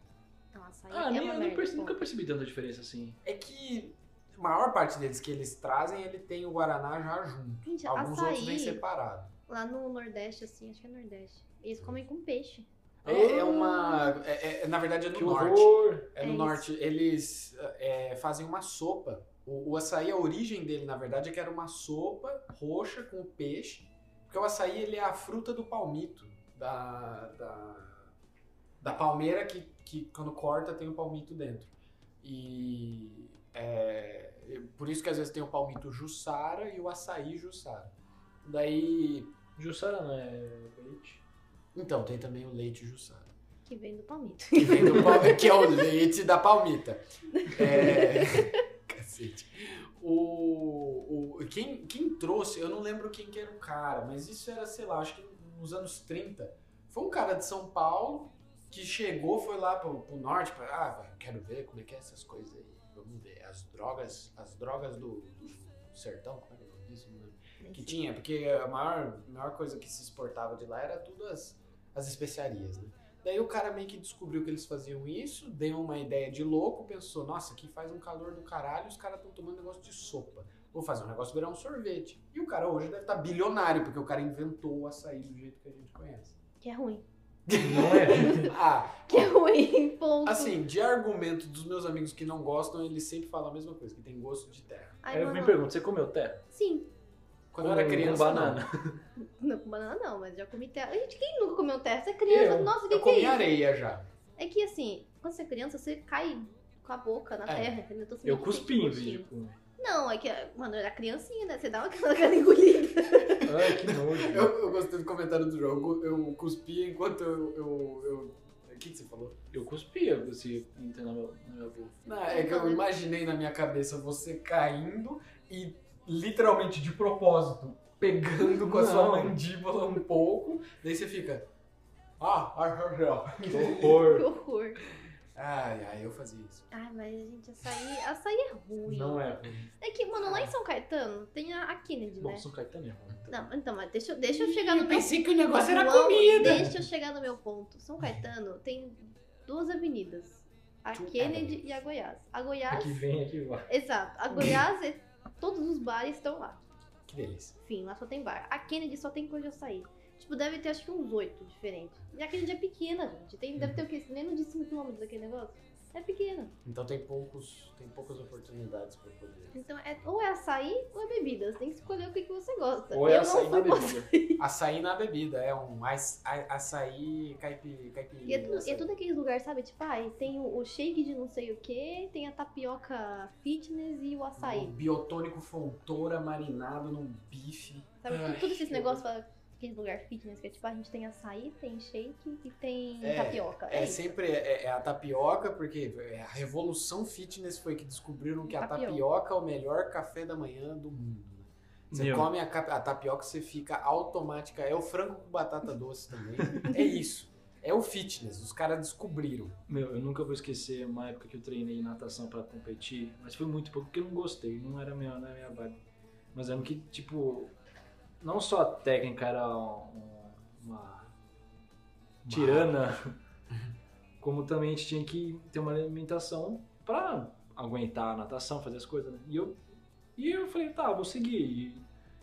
Não, açaí
Ah,
é
nem,
uma
eu não
merda.
perce-
pô.
nunca percebi tanta diferença assim.
É que a maior parte deles que eles trazem, ele tem o Guaraná já junto.
Gente,
Alguns outros vêm
açaí,
separado.
lá no Nordeste, assim, acho que é Nordeste, eles comem com peixe.
É,
Ah.
é uma. é- é- na verdade é no
Que
norte.
horror!
É
É
no
isso.
norte. Eles é, fazem uma sopa. O, o açaí, a origem dele, na verdade, é que era uma sopa roxa com peixe. Porque o açaí, ele é a fruta do palmito. Da, da, da palmeira que, que, quando corta, tem o palmito dentro. E é, por isso que às vezes tem o palmito jussara e o açaí jussara. Daí,
Jussara não é leite?
então, tem também o leite jussara.
Que vem do palmito.
que vem do pal- que é o leite da palmita. É... Cacete. O, o, quem, quem trouxe, eu não lembro quem que era o cara, mas isso era, sei lá, acho que nos anos 30. Foi um cara de São Paulo que chegou, foi lá pro, pro norte, pra, ah, vai, quero ver como é que é essas coisas aí. Vamos ver, as drogas, as drogas do, do sertão, como é que é o nome disso? Não lembro que tinha, porque a maior, maior coisa que se exportava de lá era tudo as, as especiarias, né? Daí o cara meio que descobriu que eles faziam isso, deu uma ideia de louco, pensou, nossa, aqui faz um calor do caralho, os caras estão tomando negócio de sopa. Vou fazer um negócio virar um sorvete. E o cara hoje deve estar bilionário, porque o cara inventou o açaí do jeito que a gente conhece.
Que é ruim.
Não é?
Ah,
Que é ruim, ponto.
assim, de argumento dos meus amigos que não gostam, eles sempre falam a mesma coisa, que tem gosto de terra.
Ai,
Aí eu
mano,
me pergunto, você comeu terra?
Sim.
Quando eu era
Com- com
criança, não.
banana.
Não, com banana não, mas já comi terra. Gente, quem nunca comeu terra? Você é criança,
Eu.
nossa, o que,
Eu
que é
comi
isso?
areia já.
É que assim, quando você é criança, você cai com a boca na
É.
terra, entendeu? Então, você
Eu
não sente
cuspi em
gostinho.
vez de comer.
Não, é que, mano, eu era criancinha, né? Você dá aquela cara engolida.
Ai, que nojo.
Eu, eu gostei do comentário do jogo. Eu cuspi enquanto eu. eu, eu- O que, que você falou?
Eu cuspia, você entra na minha, na minha boca.
Não, é que eu imaginei na minha cabeça você caindo e literalmente de propósito pegando com a sua
Não.
mandíbula um pouco. Daí você fica. Ah, ah, ah, ah.
Que horror.
Que horror.
Ai, ai, eu fazia isso.
Ai, mas, gente, açaí, açaí é ruim.
Não é ruim.
É que, mano,
Ah.
lá em São Caetano tem a, a Kennedy,
Bom,
né?
São Caetano é ruim. então.
Não, então, mas deixa, eu- deixa eu chegar no meu
que o
João, Deixa eu chegar no meu ponto. São Caetano tem duas avenidas. A
Two
Kennedy
avenues.
e a Goiás. A Goiás,
Aqui é, vem, aqui vai.
exato. A Goiás, é- todos os bares estão lá.
Que delícia.
Enfim, lá só tem bar. A Kennedy só tem coisa de açaí. Tipo, deve ter acho que uns oito diferentes. E a Kennedy é pequena, gente. Tem,
Hum.
deve ter o quê? Menos de 5 km daquele negócio? É pequena.
Então tem, poucos, tem poucas oportunidades pra poder.
Então, é, ou é açaí ou é bebida. Você tem que escolher o que, que você gosta.
Ou é
Eu não
açaí
fui
na
pra-
bebida.
Açaí na bebida, é um aç- a- açaí caipi, caipirinha.
E é, tudo, e é
açaí.
tudo aqueles lugares, sabe? Tipo, ai, tem o, o shake de não sei o que, tem a tapioca fitness e o açaí.
Um biotônico fontoura marinado num bife.
Sabe?
Ai,
Tudo, tudo esse
que
negócio, aquele lugar fitness, que é tipo, a gente tem açaí, tem shake e tem
É,
tapioca.
É,
É, isso.
sempre é, é a tapioca, porque é, a revolução fitness foi que descobriram que a
Tapioca.
tapioca é o melhor café da manhã do mundo. né? Você
Meu.
come a, cap- a tapioca, você fica automática. É o frango com batata doce também. é isso. É o fitness, os caras descobriram.
Meu, eu nunca vou esquecer uma época que eu treinei natação pra competir, mas foi muito pouco porque eu não gostei, não era minha, não era minha vibe. Mas eu lembro que, tipo, não só a técnica era um- uma tirana, como também a gente tinha que ter uma alimentação pra aguentar a natação, fazer as coisas, né? E eu, e eu falei, tá, vou seguir. E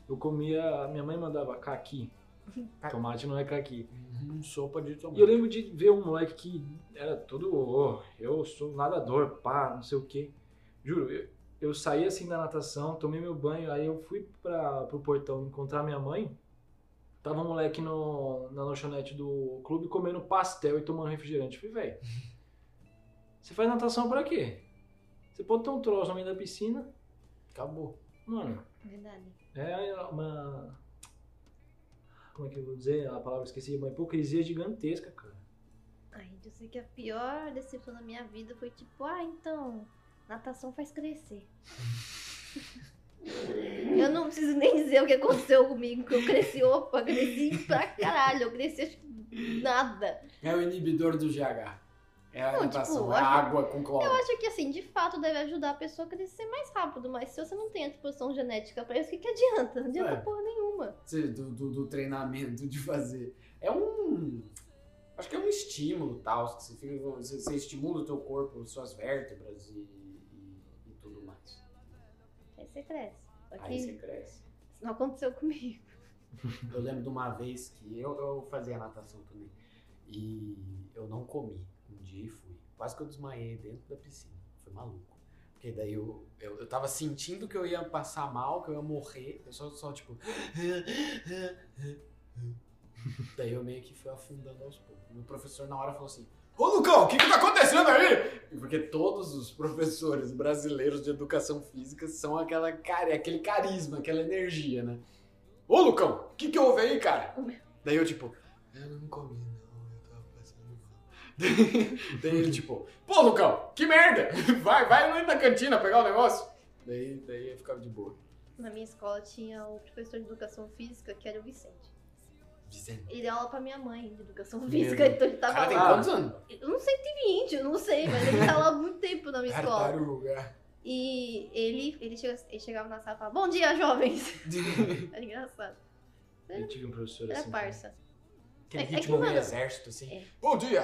eu comia, minha mãe mandava caqui.
Caqui.
Tomate não é caqui.
Uhum, sopa de tomate.
E eu lembro de ver um moleque que era todo, "Oh, eu sou nadador, pá, não sei o quê. Juro, eu, eu saí assim da natação, tomei meu banho, aí eu fui pra, pro portão encontrar minha mãe. Tava um moleque no, na lanchonete do clube comendo pastel e tomando refrigerante. Eu Falei, velho, você faz natação pra quê? Você pode ter um troço no meio da piscina,
Acabou.
mano.
Verdade.
É uma. Como é que eu vou dizer a palavra? Esqueci, é uma hipocrisia gigantesca, cara.
Ai, eu sei que a pior decepção da minha vida foi tipo, ah, então, natação faz crescer. eu não preciso nem dizer o que aconteceu comigo, que eu cresci, opa, cresci pra caralho, eu cresci acho que nada.
É o inibidor do GH. É a
Não,
alimentação,
tipo,
é a
acho-
água com cloro.
Eu acho que assim, de fato, deve ajudar a pessoa a crescer mais rápido, mas se você não tem a disposição genética pra isso, o que, que adianta? Não adianta
É.
porra nenhuma.
Sim, do, do, do treinamento de fazer. É um. Acho que é um estímulo tal. que Você, fica- você, você estimula o teu corpo, suas vértebras e, e- e tudo mais.
Aí você cresce. Só que
Aí você cresce.
isso não aconteceu comigo.
Eu lembro de uma vez que eu, eu fazia natação também. E eu não comi um dia e fui. Quase que eu desmaiei dentro da piscina. Foi maluco. Porque daí eu, eu, eu tava sentindo que eu ia passar mal, que eu ia morrer. Eu só, só tipo. daí eu meio que fui afundando aos poucos. Meu professor na hora falou assim. Ô Lucão, o que, que tá acontecendo aí? Porque todos os professores brasileiros de educação física são aquela, cari- aquele carisma, aquela energia, né? Ô Lucão, o que, que houve aí, cara? Daí eu, tipo, eu não comi, não, eu tava passando mal. Daí, daí ele, tipo, pô, Lucão, que merda! Vai, vai lá na cantina pegar o negócio. Daí, daí eu ficava de boa.
Na minha escola tinha o professor de educação física, que era o Vicente.
Dizendo.
Ele deu aula pra minha mãe de educação
Meu
física,
Deus.
então ele
O
tava
cara tem
lá.
quantos anos?
Eu não sei se tem 20, eu não sei, mas ele tá lá há muito tempo na minha escola.
Tartaruga.
E ele, ele, chega- ele chegava na sala e falava, bom dia, jovens. Era engraçado.
Eu tive um professor
Era
assim.
parça.
Aquele
É- é que,
ritmo do
mano,
exército, assim.
é.
Bom dia!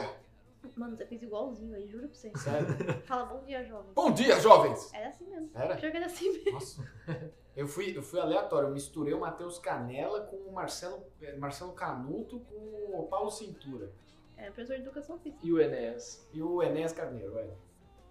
Mano, você fez igualzinho aí, juro pra você.
Sério?
Fala, bom dia, jovens.
Bom dia, jovens!
Era assim mesmo.
Era?
Pior que era assim mesmo.
Nossa. Eu fui, eu fui aleatório, eu misturei o Matheus Canela com o Marcelo, eh, Marcelo Canuto com o Paulo Cintura.
Era É, professor de educação física.
E o Enéas.
E o Enéas Carneiro, é.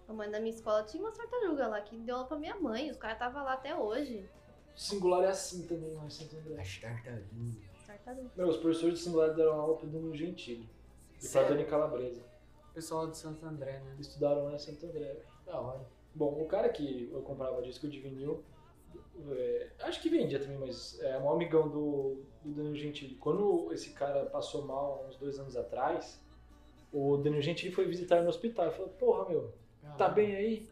A mãe da minha escola tinha uma tartaruga lá que deu aula pra minha mãe. Os caras tava lá até hoje.
Singular é assim também, mas Santo André.
As tartarugas.
Tartaruga.
Meu, os professores de singular deram aula pro Domingo Gentili. E pra
Sério?
Dani Calabresa.
Pessoal de Santo André, né?
Estudaram lá em Santo André.
Da hora.
Bom, o cara que eu comprava disco de vinil, é, acho que vendia também, mas é um amigão do, do Danilo Gentili. Quando esse cara passou mal, uns dois anos atrás, o Danilo Gentili foi visitar ele no hospital. Ele falou, porra, meu,
Ah,
tá bem aí?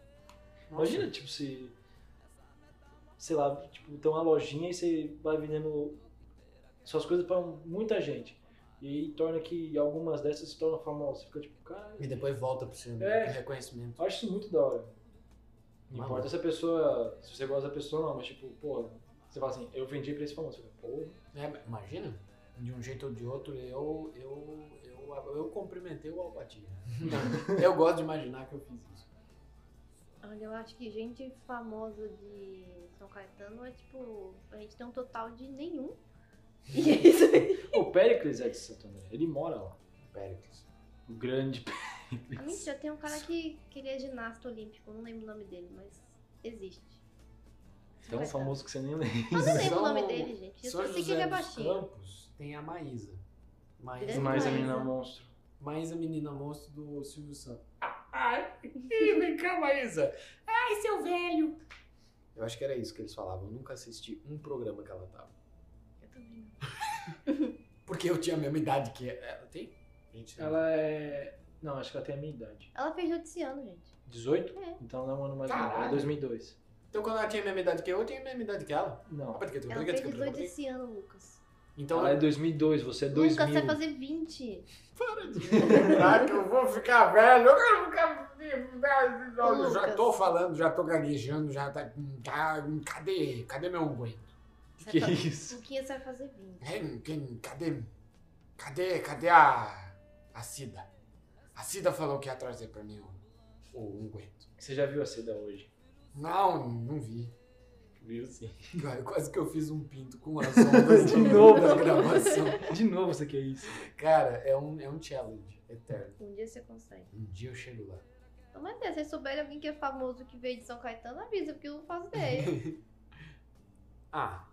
Imagina, tipo, se. Sei lá, tipo, tem uma lojinha e você vai vendendo suas coisas pra muita gente. E aí torna que algumas dessas se tornam famosas. Você fica tipo, caralho.
E depois volta pro seu
É.
reconhecimento.
Eu acho isso muito da hora. Não
Maluco.
importa se a pessoa. Se você gosta da pessoa ou não, mas tipo, porra, você fala assim, eu vendi pra esse famoso. Você fica, porra.
É, mas imagina, de um jeito ou de outro, eu, eu, eu, eu cumprimentei o Alpatino. eu gosto de imaginar que eu fiz isso.
Olha, eu acho que gente famosa de São Caetano é tipo. A gente tem um total de nenhum. E é isso aí.
O Pericles é de Santo André, ele mora lá.
Péricles.
O grande
Ah,
Pericles.
mentira, tem um cara que, que ele é ginasta olímpico, não lembro o nome dele, mas existe.
Tão famoso que você nem lembra.
Mas eu lembro
São-
o nome dele, gente. Eu
São
só sei que
José
ele é
dos
baixinho.
Campos tem a Maísa.
Grande
Maísa,
Mas a
Maísa.
menina monstro.
Maísa menina monstro do Silvio Santos. Ai, vem cá, Maísa. Ai, seu velho. Eu acho que era isso que eles falavam. Eu nunca assisti um programa que ela tava.
Eu também não.
Porque eu tinha a mesma idade que ela. Tem? né? Gente,
Ela é. Não, acho que ela tem a minha idade.
Ela fez Joticiano, gente.
18?
É.
Então não é um ano mais
Caralho.
novo, é 2002.
Então quando ela tinha a mesma idade que eu, eu tinha a mesma idade que ela.
Não.
Rapaz, que tu-
Ela
que tu-
fez
que tu- que tu-
18 esse ano, Lucas.
Então,
Ela é 2002, você é 2000.
Lucas, você vai fazer 20.
Será que eu vou ficar velho? Eu quero ficar velho. Olha,
Lucas.
já tô falando, já tô gaguejando, já tá. tá- Cadê? Cadê meu unguento?
Que isso?
Luquinha, você vai fazer 20.
Hein, quem- Cadê? Cadê? Cadê a. A Cida? A Cida falou que ia trazer pra mim o, o unguento.
Você já viu a seda hoje?
Não, não vi.
Viu sim.
Cara, quase que eu fiz um pinto com as ondas
De
de novo
novo.
da gravação.
De novo, você quer isso?
Cara, é um, é um challenge eterno.
Um dia você consegue.
Um dia eu chego lá.
Não vai ter. Se vocês souberem alguém que é famoso que veio de São Caetano, avisa, porque eu não faço ideia.
Ah,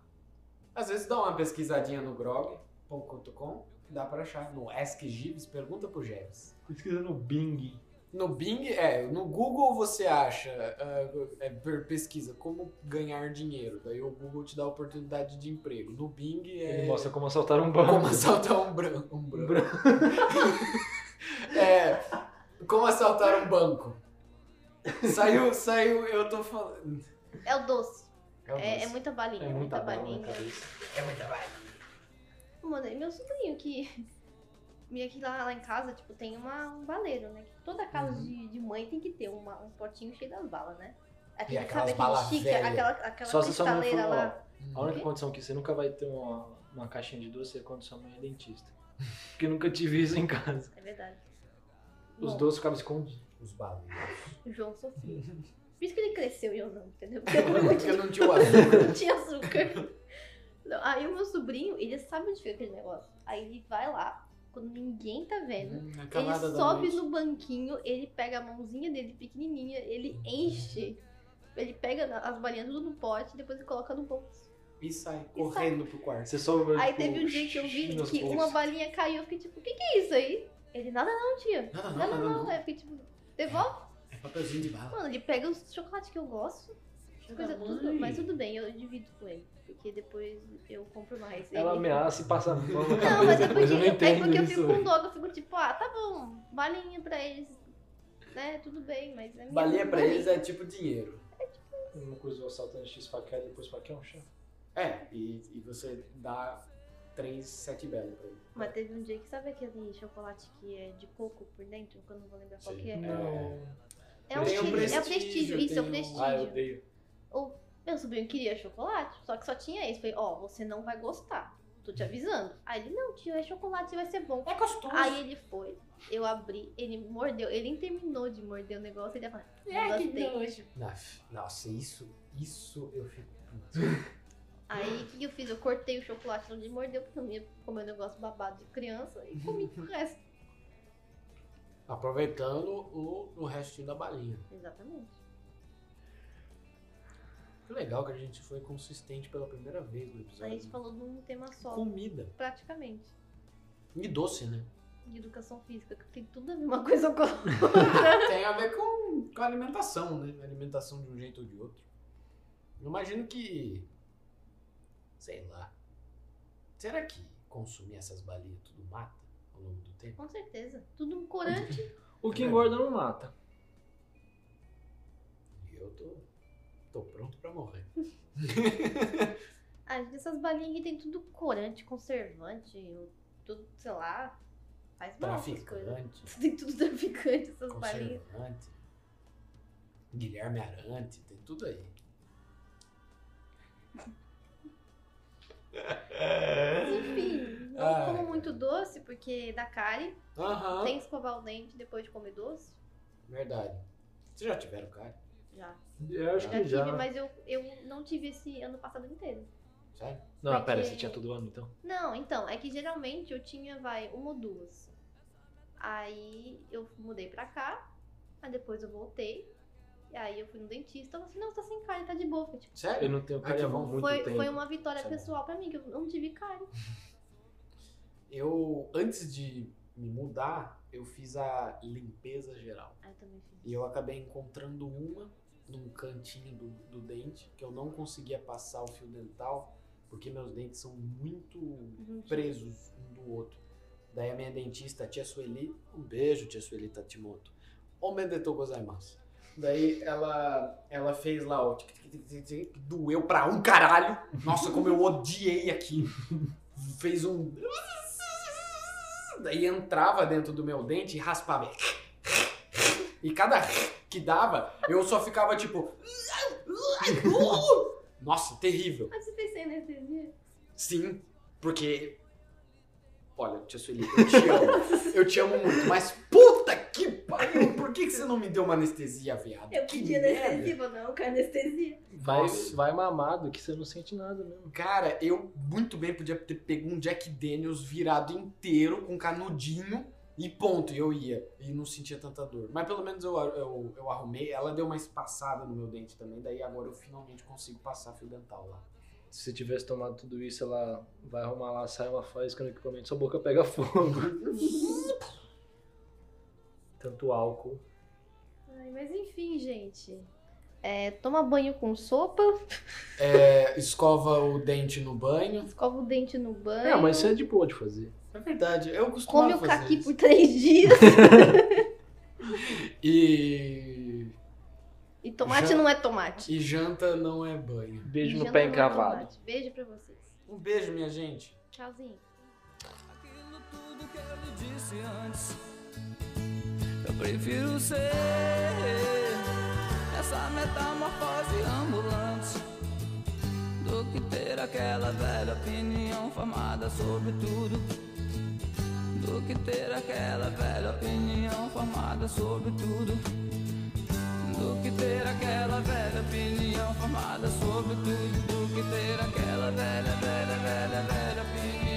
às vezes dá uma pesquisadinha no grog.com, dá pra achar. No Ask Gives, pergunta pro Jeves.
Pesquisa no Bing.
No Bing, é, no Google você acha, ah, é, per- pesquisa como ganhar dinheiro. Daí o Google te dá oportunidade de emprego. No Bing é
Ele mostra como assaltar um banco.
como assaltar um branco. Um branco. É. Como assaltar um banco. Saiu, saiu, eu tô falando.
É o doce. É, é
muito
muita balinha, é muita, balinha.
é muita vibe.
Mano, é meu sobrinho que. E aqui lá, lá em casa, tipo, tem uma, um baleiro, né? Que Toda casa
Uhum.
de, de mãe tem que ter uma- um potinho cheio das balas, né? Aquele,
aquelas
sabe,
bala
aquele chique,
velha.
aquela, aquela
Só se sua mãe for.
cristaleira lá. Hum.
ó, A única condição que você nunca vai ter uma, uma caixinha de doce é quando sua mãe é dentista. Porque eu nunca tive isso em casa.
É verdade.
Os
Bom,
doces ficavam escondidos.
Os balinhos.
O João sofreu. Por isso que ele cresceu e eu não, entendeu? Porque eu não
Porque É eu não tinha o azul.
não tinha açúcar. Não, aí o meu sobrinho, ele sabe onde fica aquele negócio. Aí ele vai lá, quando ninguém tá vendo.
Na
Ele
Uhum. camada da
sobe
noite.
no banquinho, ele pega a mãozinha dele pequenininha, ele enche. Ele pega na- as balinhas tudo no pote e depois ele coloca no bolso.
E sai correndo pro quarto.
Você só vai,
Aí
tipo,
teve um dia que eu vi
nos
que uma
bolsos.
balinha caiu, eu fiquei tipo, o que que é isso aí? Ele, nada não, tia.
Não, não,
Não, não, não. Aí eu fiquei tipo, devolve.
É papelzinho de bala.
Mano, ele pega os chocolates que eu gosto, coisa tudo, mas tudo bem, eu divido com ele. Porque depois eu compro mais.
Ela
Ele-
ameaça e passa a mão na
Não, mas
cabeça,
é
depois
porque,
eu não
é
entendo
porque eu
isso.
fico com dó, eu fico tipo, ah, tá bom, balinha pra eles, né, tudo bem, mas é minha
Balinha pra eles é tipo dinheiro.
Uma coisa é o assaltante te esfaquear e depois esfaquear um chão.
É, e, e você dá três sete belo pra ele.
Mas teve um dia que sabe aquele chocolate que é de coco por dentro, que eu não vou lembrar qual
Sim.
que é.
Não.
É um
Tem um
prestígio, é o
prestígio,
prestígio, isso, é o
tem um-
prestígio.
Ah, eu odeio.
Meu sobrinho queria chocolate, só que só tinha esse. Falei, ó, você não vai gostar. Tô te avisando. Aí ele, não, tio, é chocolate, vai ser bom.
É gostoso.
Aí ele foi, eu abri, ele mordeu, ele nem terminou de morder o negócio, ele falou,
É,
É, não gostei.
Nossa, isso, isso eu fico.
Aí o que que eu fiz? Eu cortei o chocolate onde ele mordeu, porque eu não ia comer um negócio babado de criança e comi o resto.
Aproveitando o, o restinho da balinha.
Exatamente.
Que legal que a gente foi consistente pela primeira vez no
A
episódio.
gente falou de um tema só,
Comida.
praticamente.
E doce, né?
de educação física, que tem tudo a ver uma coisa com a outra.
Tem a ver com, com a alimentação, né? Alimentação de um jeito ou de outro. Eu imagino que. Sei lá. Será que consumir essas balinhas tudo mata ao longo do tempo?
Com certeza. Tudo um corante.
O que engorda não mata.
E eu tô. tô pronto pra morrer.
Ah, gente, essas balinhas aqui tem tudo corante, conservante, tudo, sei lá, faz mal essas coisas.
Traficante.
Tem tudo traficante, essas balinhas.
Conservante. Guilherme Arante, tem tudo aí.
Enfim, não
Ah.
como muito doce, porque dá cárie,
Aham.
tem que escovar o dente depois de comer doce.
Verdade. Vocês já tiveram cara?
Já.
Eu acho
Já
que
tive,
já.
mas eu, eu não tive esse ano passado inteiro.
Sério?
Não, pera,
Porque-
você tinha todo ano então?
Não, então, é que geralmente eu tinha, vai, uma ou duas. Aí eu mudei pra cá, aí depois eu voltei. E aí eu fui no dentista, eu falei assim, não, você tá sem cárie, tá de boa. Foi, tipo,
Eu
Sério?
não tenho
Ah, que
carne há
bom.
muito
foi,
tempo.
foi uma vitória
Tá bom.
pessoal pra mim, que eu não tive cárie.
Eu, antes de me mudar, eu fiz a limpeza geral.
Aí eu também fiz.
E eu acabei encontrando uma num cantinho do, do dente, que eu não conseguia passar o fio dental, porque meus dentes são muito
Não tive.
presos um do outro. Daí a minha dentista, a tia Sueli, um beijo, tia Sueli Tatimoto. Omedetou gozaimasu. Daí ela, ela fez lá, ó, tic, tic, tic, tic, tic, doeu pra um caralho. Nossa, como eu odiei aquilo. fez um. Daí entrava dentro do meu dente e raspava. E cada que dava, eu só ficava tipo. uh!" Nossa, terrível.
Mas você fez sem anestesia?
Sim, porque. Olha, tia Sueli, eu te amo. Eu te amo muito, mas puta que pariu, por que, que você não me deu uma anestesia, viado?
Eu
Que
pedi
merda.
anestesia, mas não, eu quero anestesia.
Vai,
Nossa.
vai mamado que você não sente nada mesmo.
Cara, eu muito bem podia ter pego um Jack Daniels virado inteiro, com canudinho e ponto. E eu ia. E não sentia tanta dor. Mas pelo menos eu, eu, eu arrumei. Ela deu uma espaçada no meu dente também. Daí agora eu finalmente consigo passar fio dental lá.
Se você tivesse tomado tudo isso, ela vai arrumar lá, sai uma faísca no equipamento, sua boca pega fogo. Tanto álcool.
Ai, mas enfim, gente. É, toma banho com sopa,
É, escova o dente no banho.
escova o dente no banho.
É, mas isso é de boa de fazer.
É verdade, eu
Come
costumava
o
fazer
caqui
isso.
por três dias.
E...
E tomate
Já-
não é tomate.
e janta não é banho.
Beijo
Janta
no pé
não é
encravado.
tomate. Beijo pra vocês.
Um beijo, minha gente.
Tchauzinho.
Aquilo tudo que eu lhe disse antes. Eu prefiro ser essa metamorfose ambulante do que ter aquela velha opinião formada sobre tudo. Do que ter aquela velha opinião formada sobre tudo. Do que ter aquela velha opinião formada sobre tudo. Do que ter aquela velha, velha, velha, velha opinião.